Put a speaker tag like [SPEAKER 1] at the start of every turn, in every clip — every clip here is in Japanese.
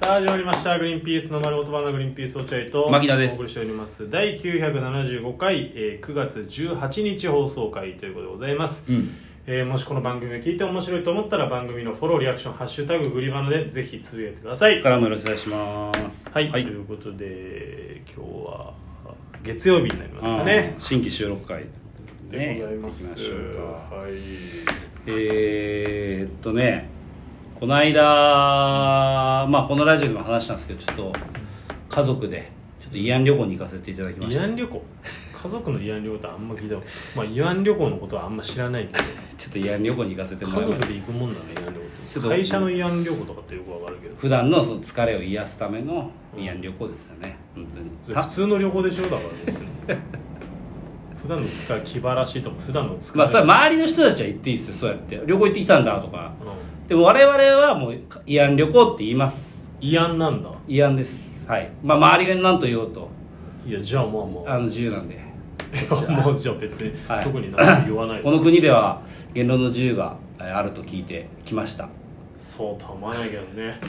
[SPEAKER 1] さあ始まりました「グリーンピースの丸言葉のグリーンピース落合」と
[SPEAKER 2] 牧田です
[SPEAKER 1] お送りしております第975回、えー、9月18日放送回ということでございます、
[SPEAKER 2] うん
[SPEAKER 1] えーもしこの番組を聞いて面白いと思ったら番組のフォローリアクション「ハッシュタググリバナ」でぜひつぶやいてください
[SPEAKER 2] からもよろしくお願いします
[SPEAKER 1] はい、
[SPEAKER 2] はい
[SPEAKER 1] ということで今日は月曜日になりますか
[SPEAKER 2] あ
[SPEAKER 1] ね
[SPEAKER 2] ー新規収録会
[SPEAKER 1] でございます、
[SPEAKER 2] 行きましょうか
[SPEAKER 1] はい
[SPEAKER 2] えー、っとねこの間まあこのラジオでも話したんですけどちょっと家族でちょっと慰安旅行に行かせていただきまし
[SPEAKER 1] 慰
[SPEAKER 2] た
[SPEAKER 1] 安旅行家族の慰安旅行ってあんま聞いたことまあ慰安旅行のことはあんま知らないけど
[SPEAKER 2] ちょっと慰安旅行に行かせて
[SPEAKER 1] 家
[SPEAKER 2] もらいま
[SPEAKER 1] 族
[SPEAKER 2] した
[SPEAKER 1] で行くもんなの慰安旅行って
[SPEAKER 2] ちょっと
[SPEAKER 1] 会社の慰安旅行とかってよくわかるけど
[SPEAKER 2] 普段のその疲れを癒すための慰安旅行ですよね本当に
[SPEAKER 1] それ普通の旅行でしょだから別に普段の使い気晴らしいとか普段の使い、
[SPEAKER 2] まあそれは周りの人たちは言っていいですよそうやって旅行行ってきたんだとかでも我々はもう慰安旅行って言います
[SPEAKER 1] うん慰安なんだ
[SPEAKER 2] 慰安ですはいまあ周りが何と言おうと
[SPEAKER 1] いやじゃあまあま あ
[SPEAKER 2] あの自由なんで
[SPEAKER 1] いやもうじゃあ別に、
[SPEAKER 2] はい
[SPEAKER 1] 特に何も言わないです
[SPEAKER 2] この国では言論の自由がえーあると聞いてきました
[SPEAKER 1] そうとは思わないけどね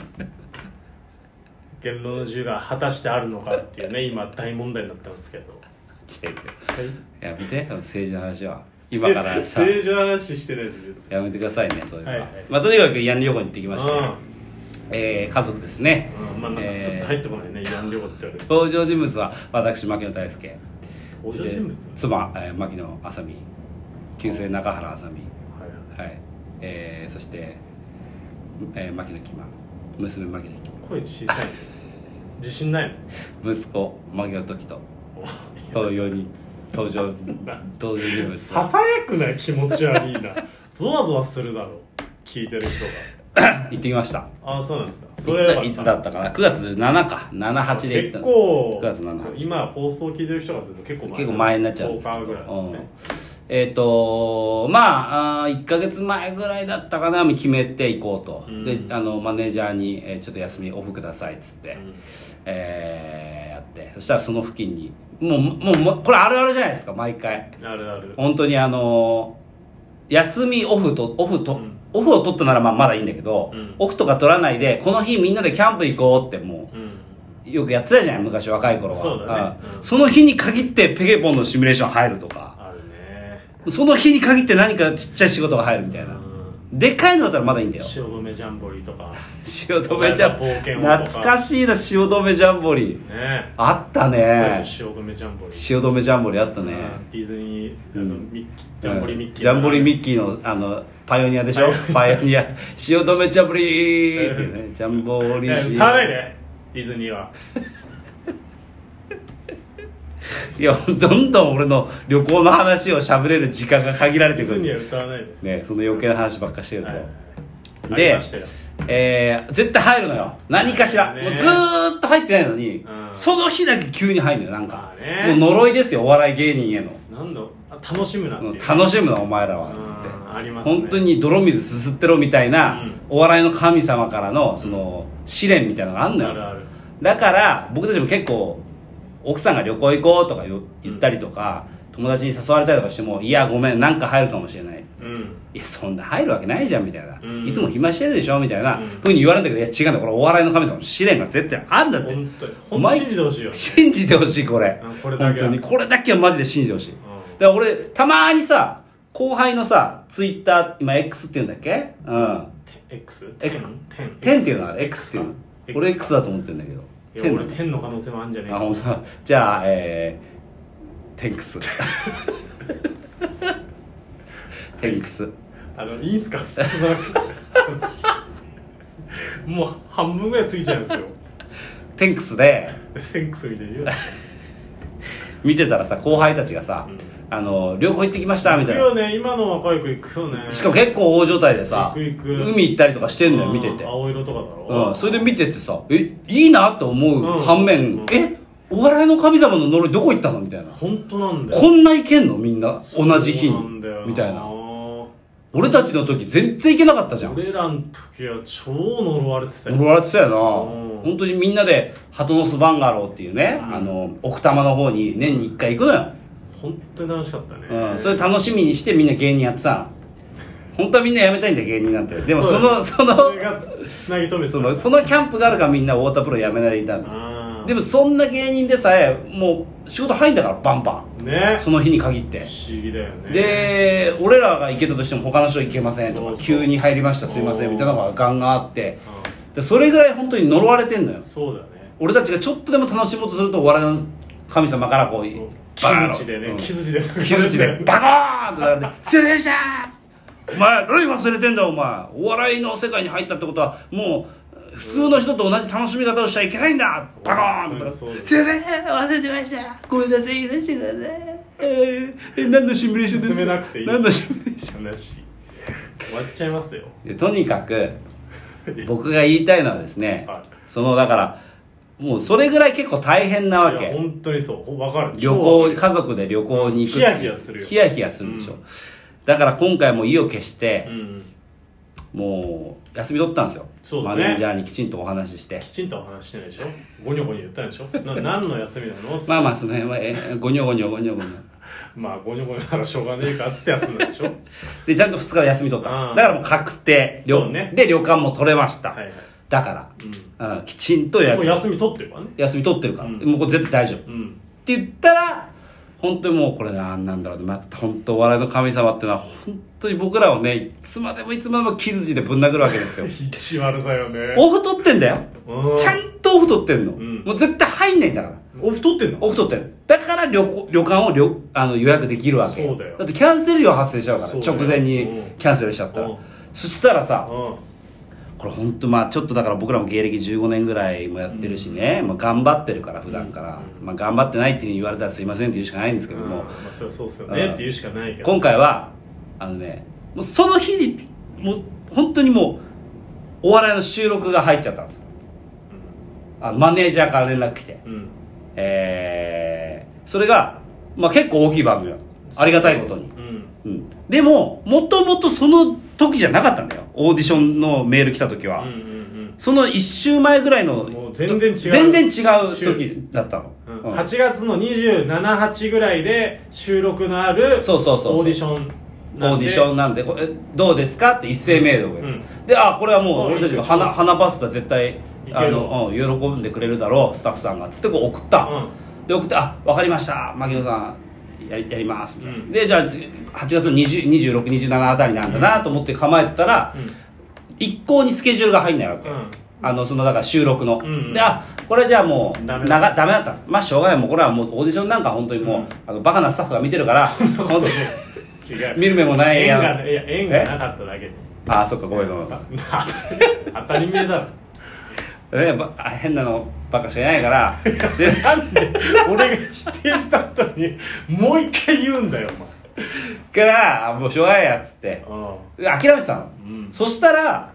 [SPEAKER 1] 言論の自由が果たしてあるのかっていう ね今大問題になってますけど、
[SPEAKER 2] やめてあの政治の話は今から さ
[SPEAKER 1] 政治の話してないです別に
[SPEAKER 2] やめてくださいねそういうのは、
[SPEAKER 1] はいはい
[SPEAKER 2] まあとにかく慰安旅行に行ってきました、
[SPEAKER 1] うん
[SPEAKER 2] えー家族ですね、
[SPEAKER 1] うんまあなんかスッと入ってこないね、慰安旅行って言われる
[SPEAKER 2] 登場人物は私牧野大輔
[SPEAKER 1] 登場人物
[SPEAKER 2] で妻、えー牧野あさみ旧姓中原あさみ
[SPEAKER 1] はいはい
[SPEAKER 2] はい、えーそして、えー、牧野木馬娘牧野木
[SPEAKER 1] 声小さいね自信ないの
[SPEAKER 2] 馬息子牧野時と この
[SPEAKER 1] いや
[SPEAKER 2] 4人登場登場人物
[SPEAKER 1] ささやくな気持ち悪いなゾワゾワするだろう聞いてる人
[SPEAKER 2] 行ってきました
[SPEAKER 1] がああそうなんですか
[SPEAKER 2] い
[SPEAKER 1] そ
[SPEAKER 2] つ
[SPEAKER 1] れ
[SPEAKER 2] だ
[SPEAKER 1] はい
[SPEAKER 2] つだったかな9月7か78で行った
[SPEAKER 1] 結
[SPEAKER 2] の
[SPEAKER 1] 構
[SPEAKER 2] 9月7日
[SPEAKER 1] 今放送聞いてる人がすると結構
[SPEAKER 2] 結構前になっちゃうんですけど
[SPEAKER 1] 10日ぐらいだ
[SPEAKER 2] うん
[SPEAKER 1] ね
[SPEAKER 2] えっ、とまああ1か月前ぐらいだったかな決めて行こうと、
[SPEAKER 1] うん
[SPEAKER 2] であのマネージャーに、えーちょっと休みオフください」っつって、
[SPEAKER 1] うん
[SPEAKER 2] えーやってそしたらその付近にもうもうもうこれあるあるじゃないですか毎回
[SPEAKER 1] あるある
[SPEAKER 2] 本当にあの休みオフとオフ
[SPEAKER 1] う
[SPEAKER 2] と、
[SPEAKER 1] ん
[SPEAKER 2] オフを取ったならまあまだいいんだけど、
[SPEAKER 1] うん
[SPEAKER 2] オフとか取らないでこの日みんなでキャンプ行こうっても
[SPEAKER 1] うん
[SPEAKER 2] うよくやってたじゃない昔若い頃は
[SPEAKER 1] そうだね
[SPEAKER 2] ああ
[SPEAKER 1] うん
[SPEAKER 2] その日に限ってペケポンのシミュレーション入るとか
[SPEAKER 1] あるね
[SPEAKER 2] その日に限って何かちっちゃい仕事が入るみたいな、
[SPEAKER 1] うん
[SPEAKER 2] でかいのだったらまだいいんだよ
[SPEAKER 1] 汐留ジャンボリーとか
[SPEAKER 2] 汐留ジャンボ
[SPEAKER 1] お台場冒険王とか
[SPEAKER 2] 懐かしいな汐留ジャンボリー
[SPEAKER 1] ね
[SPEAKER 2] あった
[SPEAKER 1] え
[SPEAKER 2] ね
[SPEAKER 1] 汐留ジャンボリー
[SPEAKER 2] 汐留ジャンボリーあったね、
[SPEAKER 1] うんディズニーあの
[SPEAKER 2] うん
[SPEAKER 1] ミッキージャンボリーミッキー
[SPEAKER 2] ジャンボリミッキーのあのパイオニアでしょパイオニア 汐留ジャンボリーっていうねジャンボリ
[SPEAKER 1] いや
[SPEAKER 2] ー
[SPEAKER 1] 歌わないでディズニーはい
[SPEAKER 2] やどんどん俺の旅行の話を喋れる時間が限られ
[SPEAKER 1] デ
[SPEAKER 2] て
[SPEAKER 1] ィ
[SPEAKER 2] く
[SPEAKER 1] ズニー
[SPEAKER 2] る
[SPEAKER 1] は歌わないで
[SPEAKER 2] ねその余計な話ばっかしてると、
[SPEAKER 1] はいはいはいあり
[SPEAKER 2] で
[SPEAKER 1] ましたよ、
[SPEAKER 2] えー、絶対入るのよ何かしら、
[SPEAKER 1] ね
[SPEAKER 2] もうずーっと入ってないのに、
[SPEAKER 1] うん
[SPEAKER 2] その日だけ急に入るのよなんか
[SPEAKER 1] ま、あね
[SPEAKER 2] もう呪いですよお笑い芸人への
[SPEAKER 1] なんだあ楽しむなっていう、
[SPEAKER 2] 楽しむなお前らはつって
[SPEAKER 1] うんありますね
[SPEAKER 2] 本当に泥水すすってろみたいな、
[SPEAKER 1] うん
[SPEAKER 2] お笑いの神様からのその試練みたいなのがあんのよ
[SPEAKER 1] あるある
[SPEAKER 2] だから僕たちも結構奥さんが旅行行こうとか言う言ったりとか、友達に誘われたりとかしても「いやごめんなんか入るかもしれない」
[SPEAKER 1] うん
[SPEAKER 2] いやそんな入るわけないじゃんみたいな、
[SPEAKER 1] うん
[SPEAKER 2] いつも暇してるでしょみたいな、
[SPEAKER 1] うん
[SPEAKER 2] ふうに言われるんだけどいや違うんだこれお笑いの神様の試練が絶対あるんだって、
[SPEAKER 1] 本当に
[SPEAKER 2] お
[SPEAKER 1] 本当
[SPEAKER 2] 前
[SPEAKER 1] に信じてほしいよ、ね、
[SPEAKER 2] 信じてほしいこれ
[SPEAKER 1] うんこれだけは
[SPEAKER 2] 本当にこれだけはマジで信じてほしい、
[SPEAKER 1] う
[SPEAKER 2] だから俺たまにさ後輩のさツイッター今 X って言うんだっけうん
[SPEAKER 1] ん X10
[SPEAKER 2] え
[SPEAKER 1] 10
[SPEAKER 2] 10っていうのは X っていうの
[SPEAKER 1] X か
[SPEAKER 2] 俺 X だと思ってるんだけど
[SPEAKER 1] いや
[SPEAKER 2] 10
[SPEAKER 1] 俺10の可能性もあるんじゃねえ
[SPEAKER 2] あ
[SPEAKER 1] か
[SPEAKER 2] 本当じゃあえー、テンクステンクス
[SPEAKER 1] あのいいんすか進まなくてもう半分ぐらい過ぎちゃうんですよ
[SPEAKER 2] テンクスで
[SPEAKER 1] センクスみたいに言う な
[SPEAKER 2] 見てたらさ後輩たちがさ、
[SPEAKER 1] うん
[SPEAKER 2] あの旅行行ってきましたみ
[SPEAKER 1] 行
[SPEAKER 2] た
[SPEAKER 1] く
[SPEAKER 2] い
[SPEAKER 1] よ
[SPEAKER 2] な
[SPEAKER 1] ね今の若い子行くよね
[SPEAKER 2] しかも結構大所帯でさ
[SPEAKER 1] 行く行く
[SPEAKER 2] 海行ったりとかしてんのよ見て
[SPEAKER 1] う
[SPEAKER 2] て
[SPEAKER 1] ん青色とかだろ
[SPEAKER 2] うん、それで見ててさえいいなと思う反面、
[SPEAKER 1] うん
[SPEAKER 2] えお笑いの神様の呪いどこ行ったのみたいな
[SPEAKER 1] 本当なんだよ
[SPEAKER 2] こんないけんのみんな同じ日
[SPEAKER 1] そうなん
[SPEAKER 2] に
[SPEAKER 1] だよ
[SPEAKER 2] みたいな俺たちの時全然行けなかったじゃん
[SPEAKER 1] 俺らの時は超呪われてたよ
[SPEAKER 2] 呪われてたよな
[SPEAKER 1] うん
[SPEAKER 2] 本当にみんなで鳩の巣バンガローっていうね、
[SPEAKER 1] うん
[SPEAKER 2] あの奥多摩の方に年に1回行くのよ、
[SPEAKER 1] 本当に楽しかったね、
[SPEAKER 2] うん、それ楽しみにしてみんな芸人やってたの本当はみんな辞めたいんだ芸人なんてでもそのその
[SPEAKER 1] それがつなぎ止めて
[SPEAKER 2] そのそのキャンプがあるからみんな太田プロ辞めないでいたんだ
[SPEAKER 1] あー
[SPEAKER 2] でもそんな芸人でさえもう仕事入んだからバンバン
[SPEAKER 1] ね
[SPEAKER 2] その日に限って
[SPEAKER 1] 不思議だよね
[SPEAKER 2] で俺らが行けたとしても他の人行けませんとか
[SPEAKER 1] そうそう
[SPEAKER 2] 急に入りましたすいません
[SPEAKER 1] おー
[SPEAKER 2] みたいなのがガンガンあって
[SPEAKER 1] う
[SPEAKER 2] でそれぐらい本当に呪われてんのよ
[SPEAKER 1] んそうだね
[SPEAKER 2] 俺たちがちょっとでも楽しもうとするとお笑いの神様からこう
[SPEAKER 1] そう
[SPEAKER 2] バーン
[SPEAKER 1] 木槌で
[SPEAKER 2] う
[SPEAKER 1] ね
[SPEAKER 2] ん
[SPEAKER 1] 木槌で
[SPEAKER 2] 木槌 でバコーンってなるんで「失礼でしたお前何忘れてんだお前お笑いの世界に入ったってことはもう普通の人と同じ楽しみ方をしちゃいけないんだバコーン!」とか
[SPEAKER 1] そうです
[SPEAKER 2] すいません忘れてましたごめんなさい許してくださいえー何のシミュレーションです
[SPEAKER 1] 進めなくていい
[SPEAKER 2] 何のシミュレーショ
[SPEAKER 1] 話終わっちゃいますよ
[SPEAKER 2] ンでとにか く僕が言いたいのはですね
[SPEAKER 1] はい
[SPEAKER 2] そのだからもうそれぐらい結構大変なわ
[SPEAKER 1] いや
[SPEAKER 2] け
[SPEAKER 1] 本当にそうほわかる
[SPEAKER 2] 旅行家族で旅行に行くって
[SPEAKER 1] ヒ
[SPEAKER 2] いう
[SPEAKER 1] ヤヒヤするよ
[SPEAKER 2] ヒヤヒヤするでしょ、
[SPEAKER 1] うん
[SPEAKER 2] だから今回も意を決し
[SPEAKER 1] 超
[SPEAKER 2] て
[SPEAKER 1] う、ん
[SPEAKER 2] もう休み取ったんですよ
[SPEAKER 1] そうだ
[SPEAKER 2] マ
[SPEAKER 1] ね
[SPEAKER 2] ネージャーにきちんとお話しして
[SPEAKER 1] きちんとお話してないでしょゴニョゴニョ言ったでしょな何の休みなの
[SPEAKER 2] まあまあその辺はえーごにょごにょごにょごにょ
[SPEAKER 1] まあゴニョゴニョならしょうがねえかっつって休んだで しょ
[SPEAKER 2] でちゃんと2日休み取った、
[SPEAKER 1] うん
[SPEAKER 2] だからもう確定旅
[SPEAKER 1] そうね
[SPEAKER 2] で旅館も取れました、
[SPEAKER 1] はいはい、
[SPEAKER 2] だから、うん、きちんと
[SPEAKER 1] うん、
[SPEAKER 2] 予
[SPEAKER 1] もう
[SPEAKER 2] 約
[SPEAKER 1] 休み取ってるからね
[SPEAKER 2] 休み取ってるから、
[SPEAKER 1] うん
[SPEAKER 2] もうこれ絶対大丈夫っ
[SPEAKER 1] うん
[SPEAKER 2] て言ったら本当にもうこれなんなんだろうまた本当お笑いの神様っていうのは本当に僕らをねいつまでもいつまでも木槌でぶん殴るわけですよ
[SPEAKER 1] 意地悪だよね
[SPEAKER 2] オフ取ってんだよ
[SPEAKER 1] うん
[SPEAKER 2] ちゃんとオフ取ってんの、
[SPEAKER 1] ん
[SPEAKER 2] もう絶対入んないんだから
[SPEAKER 1] お太ってんの
[SPEAKER 2] オフ取ってんのだから旅行旅館を旅あの予約できるわけ
[SPEAKER 1] そうだよ
[SPEAKER 2] ってキャンセル料発生しちゃうから
[SPEAKER 1] そうだよ
[SPEAKER 2] 直前
[SPEAKER 1] う
[SPEAKER 2] に
[SPEAKER 1] ん
[SPEAKER 2] キャンセルしちゃったら、
[SPEAKER 1] うん
[SPEAKER 2] そしたらさ
[SPEAKER 1] うん
[SPEAKER 2] これ本当まあちょっとだから僕らも芸歴15年ぐらいもやってるしね、まあ、頑張ってるから普段から、まあ、頑張ってないって言われたらすいませんって言うしかないんですけど
[SPEAKER 1] うん
[SPEAKER 2] も、
[SPEAKER 1] まあそれはそうっすよ
[SPEAKER 2] うん
[SPEAKER 1] ねって言うしかないけど
[SPEAKER 2] 今回はあのねもうその日にもう本当にもうお笑いの収録が入っちゃったんですよあマネージャーから連絡来て
[SPEAKER 1] うん、うん
[SPEAKER 2] えーそれが、まあ、結構大きい番組なのありがたいこと
[SPEAKER 1] う
[SPEAKER 2] に、
[SPEAKER 1] ん
[SPEAKER 2] うん、でももともとその時じゃなかったんだよオーディションのメール来た時は、
[SPEAKER 1] うんうん
[SPEAKER 2] その1週前ぐらいの
[SPEAKER 1] もう全然違う
[SPEAKER 2] 全然違う時だったの、
[SPEAKER 1] うん
[SPEAKER 2] うん
[SPEAKER 1] 8月の278ぐらいで収録のある
[SPEAKER 2] そうそうそうそう
[SPEAKER 1] オーディション
[SPEAKER 2] オーディションなんでこれどうですかって一斉メールを、
[SPEAKER 1] うん
[SPEAKER 2] であこれはも
[SPEAKER 1] あ
[SPEAKER 2] う俺たちが
[SPEAKER 1] いいね
[SPEAKER 2] 花花パスタ絶対
[SPEAKER 1] いける
[SPEAKER 2] あの、うん、喜んでくれるだろうスタッフさんがつってこう送った、
[SPEAKER 1] うん
[SPEAKER 2] で送って「あわかりました牧野さんやりやります」みたいな、
[SPEAKER 1] うん
[SPEAKER 2] でじゃあ8月の2627あたりなんだなと思って構えてたら、一向にスケジュールが入んないわけ、
[SPEAKER 1] うん
[SPEAKER 2] あのそのだから収録の、
[SPEAKER 1] うんうん
[SPEAKER 2] であこれじゃあもう
[SPEAKER 1] ダメ
[SPEAKER 2] な
[SPEAKER 1] だ
[SPEAKER 2] がダメだったまあしょうがないもうこれはもうオーディションなんか本当にもう、
[SPEAKER 1] うん
[SPEAKER 2] あのバカなスタッフが見てるから本
[SPEAKER 1] う
[SPEAKER 2] 当に
[SPEAKER 1] ん、 違う
[SPEAKER 2] 見る目もない
[SPEAKER 1] 縁
[SPEAKER 2] やん
[SPEAKER 1] がいや縁がなかっただけで
[SPEAKER 2] ああそっかごめんごめん、
[SPEAKER 1] あ 当たり前だろ
[SPEAKER 2] ね、ばあ変なのばっかしかいないから で
[SPEAKER 1] なんで俺が否定した後にもう一回言うんだよ
[SPEAKER 2] からあもうしょうがないやっつって
[SPEAKER 1] お前
[SPEAKER 2] 諦めてたの、
[SPEAKER 1] うん
[SPEAKER 2] そしたら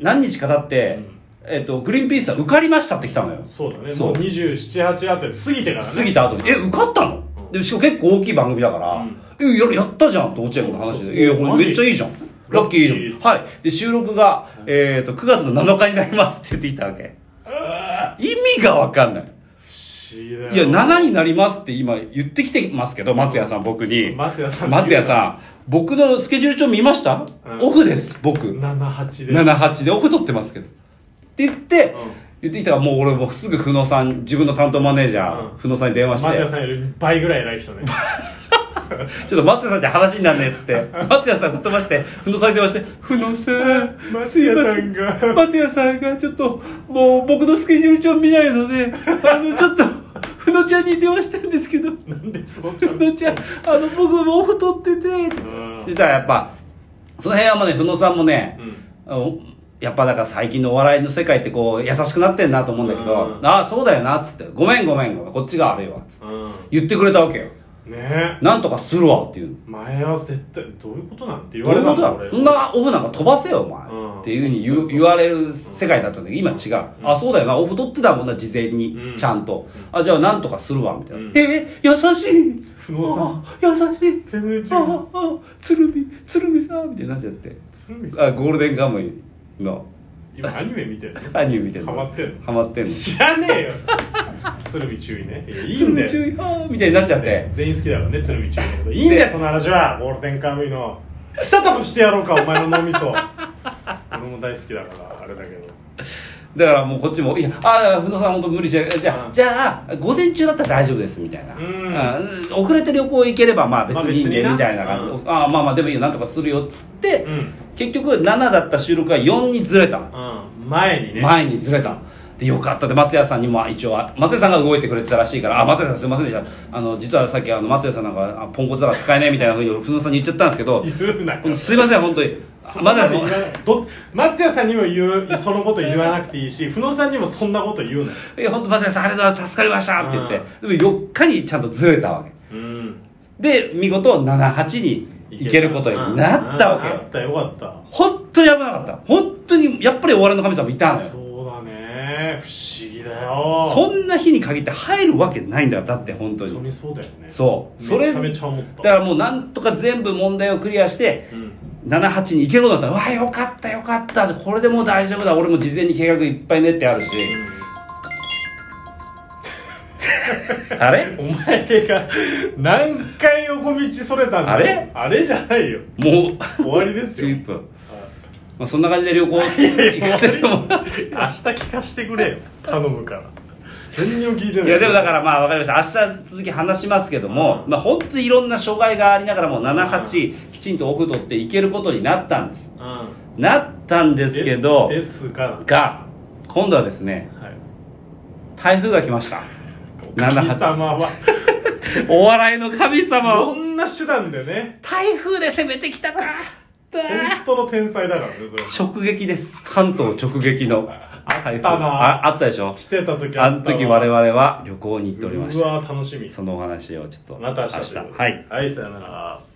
[SPEAKER 2] 何日か経って、
[SPEAKER 1] うん
[SPEAKER 2] えっとグリーンピースは受かりましたって来たのよ
[SPEAKER 1] そうだね
[SPEAKER 2] そう
[SPEAKER 1] もう278あたり過ぎてからね
[SPEAKER 2] 過ぎた後に「え受かったの
[SPEAKER 1] うん
[SPEAKER 2] でしかも結構大きい番組だから「
[SPEAKER 1] うん
[SPEAKER 2] えややったじゃん」と落合君の話
[SPEAKER 1] そう
[SPEAKER 2] で「いやこれ
[SPEAKER 1] マジ
[SPEAKER 2] めっちゃいいじゃんラッキ
[SPEAKER 1] ラッキ
[SPEAKER 2] ー
[SPEAKER 1] ー
[SPEAKER 2] じゃん」はいで収録が、えっと9月の7日になりますって言ってきたわけ意味が分かんない
[SPEAKER 1] 不思議だよ
[SPEAKER 2] いや7になりますって今言ってきてますけど松屋さん僕に
[SPEAKER 1] 松屋さん
[SPEAKER 2] 松屋さん僕のスケジュール帳見ました、
[SPEAKER 1] うん
[SPEAKER 2] オフです僕
[SPEAKER 1] 78で
[SPEAKER 2] 78でオフ取ってますけどって言って、言ってきたからもう俺もうすぐ不能さん自分の担当マネージャー、
[SPEAKER 1] うん
[SPEAKER 2] 不能さんに電話し
[SPEAKER 1] 松
[SPEAKER 2] て
[SPEAKER 1] 屋さんより倍ぐらい偉い人 ね
[SPEAKER 2] ちょっと松屋さんって話になんねえっつって松屋さん吹っ飛ばして不能さんに電話して「不能さんす
[SPEAKER 1] 松
[SPEAKER 2] い
[SPEAKER 1] 屋
[SPEAKER 2] ま
[SPEAKER 1] さ
[SPEAKER 2] せ
[SPEAKER 1] ん
[SPEAKER 2] ん
[SPEAKER 1] が
[SPEAKER 2] 松屋さんがちょっともう僕のスケジュール帳見ないのであのちょっと不能ちゃんに電話したんですけど」
[SPEAKER 1] なんでそっちゃ
[SPEAKER 2] ふのちゃん、あの、僕も太ってて。そしたらやっぱ、その辺はもうね、ふのさんもね、あのやっぱだから最近のお笑いの世界ってこう、優しくなってんなと思うんだけど、
[SPEAKER 1] うん
[SPEAKER 2] ああ、そうだよな、っつって、ごめんごめんごめん、こっちが悪いわ、つって
[SPEAKER 1] うん
[SPEAKER 2] 言ってくれたわけよ。
[SPEAKER 1] ねえ
[SPEAKER 2] なんとかするわ、っていうの。
[SPEAKER 1] 前は絶対どういうことなんて言
[SPEAKER 2] どう
[SPEAKER 1] わ
[SPEAKER 2] い
[SPEAKER 1] れ
[SPEAKER 2] う
[SPEAKER 1] た
[SPEAKER 2] こ
[SPEAKER 1] ん
[SPEAKER 2] と
[SPEAKER 1] だ俺
[SPEAKER 2] だそんなオフなんか飛ばせよ、お前。
[SPEAKER 1] うん
[SPEAKER 2] っていうふうに言
[SPEAKER 1] そう
[SPEAKER 2] う
[SPEAKER 1] そう
[SPEAKER 2] 言われる世界だったんだけど、今違う。あ、そうだよな、オフ取ってたもんな、事前に、
[SPEAKER 1] うん
[SPEAKER 2] ちゃんと。あ、じゃあなんとかするわ、みたいな。
[SPEAKER 1] うん
[SPEAKER 2] えー優しい
[SPEAKER 1] 不動産
[SPEAKER 2] あー優しい
[SPEAKER 1] 全然違
[SPEAKER 2] あ
[SPEAKER 1] う
[SPEAKER 2] ああ鶴見鶴見さんみたいになっちゃって
[SPEAKER 1] 鶴見さん
[SPEAKER 2] あゴールデンカムイの
[SPEAKER 1] 今アニメ見てるの
[SPEAKER 2] アニメ見てる
[SPEAKER 1] ハマってんの
[SPEAKER 2] ハマってんの
[SPEAKER 1] 知らねえよ鶴見注意ねいやいいんだ
[SPEAKER 2] 鶴
[SPEAKER 1] よ
[SPEAKER 2] 見注意はーみたいになっちゃって
[SPEAKER 1] 全員好きだろうね鶴見注意のこといいんだよその話はゴールデンカムイのしたたぶしてやろうかお前の脳みそ俺も大好きだからあれだけど
[SPEAKER 2] だからもうこっちも「いやああ不動さん本当無理しないじゃ
[SPEAKER 1] う
[SPEAKER 2] あ
[SPEAKER 1] ん
[SPEAKER 2] じゃあ午前中だったら大丈夫です」みたいな、
[SPEAKER 1] う
[SPEAKER 2] うん遅れて旅行行ければまあ別にいいんで
[SPEAKER 1] まあ別にな
[SPEAKER 2] みたいな感じ、
[SPEAKER 1] う
[SPEAKER 2] ああまあまあでもいいよなんとかするよっつって、
[SPEAKER 1] うん
[SPEAKER 2] 結局7だった収録は4にずれたの
[SPEAKER 1] うん前にね
[SPEAKER 2] 前にずれたのでよかったで松屋さんにも一応あ松屋さんが動いてくれてたらしいから「あ松屋さんすいませんでしたあの実はさっきあの松屋さんなんかあポンコツだから使えない」みたいなふうに不動さんに言っちゃったんですけど
[SPEAKER 1] 言うなよ
[SPEAKER 2] 「すいません本当に
[SPEAKER 1] そんな
[SPEAKER 2] 松
[SPEAKER 1] こ
[SPEAKER 2] 屋
[SPEAKER 1] と言
[SPEAKER 2] さん
[SPEAKER 1] わないど松屋さんにも言うそのこと言わなくていいし不能さんにもそんなこと言うなよ
[SPEAKER 2] いや本当まさにさんありがとうございます助かりました」って言って、でも4日にちゃんとずれたわけ
[SPEAKER 1] うん
[SPEAKER 2] で見事78に行けることになったわけ
[SPEAKER 1] うん
[SPEAKER 2] よ
[SPEAKER 1] なったよかった
[SPEAKER 2] 本当に危なかった本当にやっぱりお笑いの神様いたのよ
[SPEAKER 1] そうだね不思議だよ
[SPEAKER 2] そんな日に限って入るわけないんだよだって本当
[SPEAKER 1] 本当
[SPEAKER 2] に
[SPEAKER 1] にそうだよね
[SPEAKER 2] そうそれ
[SPEAKER 1] めちゃめちゃ思った
[SPEAKER 2] だからもうなんとか全部問題をクリアして
[SPEAKER 1] うん
[SPEAKER 2] 78に行けることになったうわよかったよかったこれでもう大丈夫だ俺も事前に計画いっぱい練ってあるしあれ
[SPEAKER 1] お前が何回横道それたんだよ
[SPEAKER 2] あれ
[SPEAKER 1] あれじゃないよ
[SPEAKER 2] もう
[SPEAKER 1] 終わりですよ
[SPEAKER 2] 11分、まあ、そんな感じで旅行
[SPEAKER 1] い
[SPEAKER 2] 行
[SPEAKER 1] や
[SPEAKER 2] かせても
[SPEAKER 1] 明日聞かしてくれよ頼むから何にも聞いてない
[SPEAKER 2] いやでもだからまあ分かりました明日続き話しますけども、まあ本当にいろんな障害がありながらも78きちんとオフ取っていけることになったんです
[SPEAKER 1] うん
[SPEAKER 2] なったんですけど
[SPEAKER 1] でですが
[SPEAKER 2] が今度はですね
[SPEAKER 1] はい
[SPEAKER 2] 台風が来ました
[SPEAKER 1] 神様は
[SPEAKER 2] お笑いの神様
[SPEAKER 1] ど
[SPEAKER 2] を
[SPEAKER 1] んな手段でね
[SPEAKER 2] 台風で攻めてきたかう
[SPEAKER 1] 本
[SPEAKER 2] わ
[SPEAKER 1] 当の天才だからねそれ
[SPEAKER 2] 直撃です関東直撃の台風
[SPEAKER 1] あったな
[SPEAKER 2] ああったでしょ
[SPEAKER 1] 来てた時
[SPEAKER 2] あの時我
[SPEAKER 1] 々
[SPEAKER 2] 々は旅行に行っておりまし
[SPEAKER 1] う
[SPEAKER 2] た
[SPEAKER 1] わ楽しみ
[SPEAKER 2] そのお話をちょっと
[SPEAKER 1] また明日
[SPEAKER 2] はい
[SPEAKER 1] はいさよなら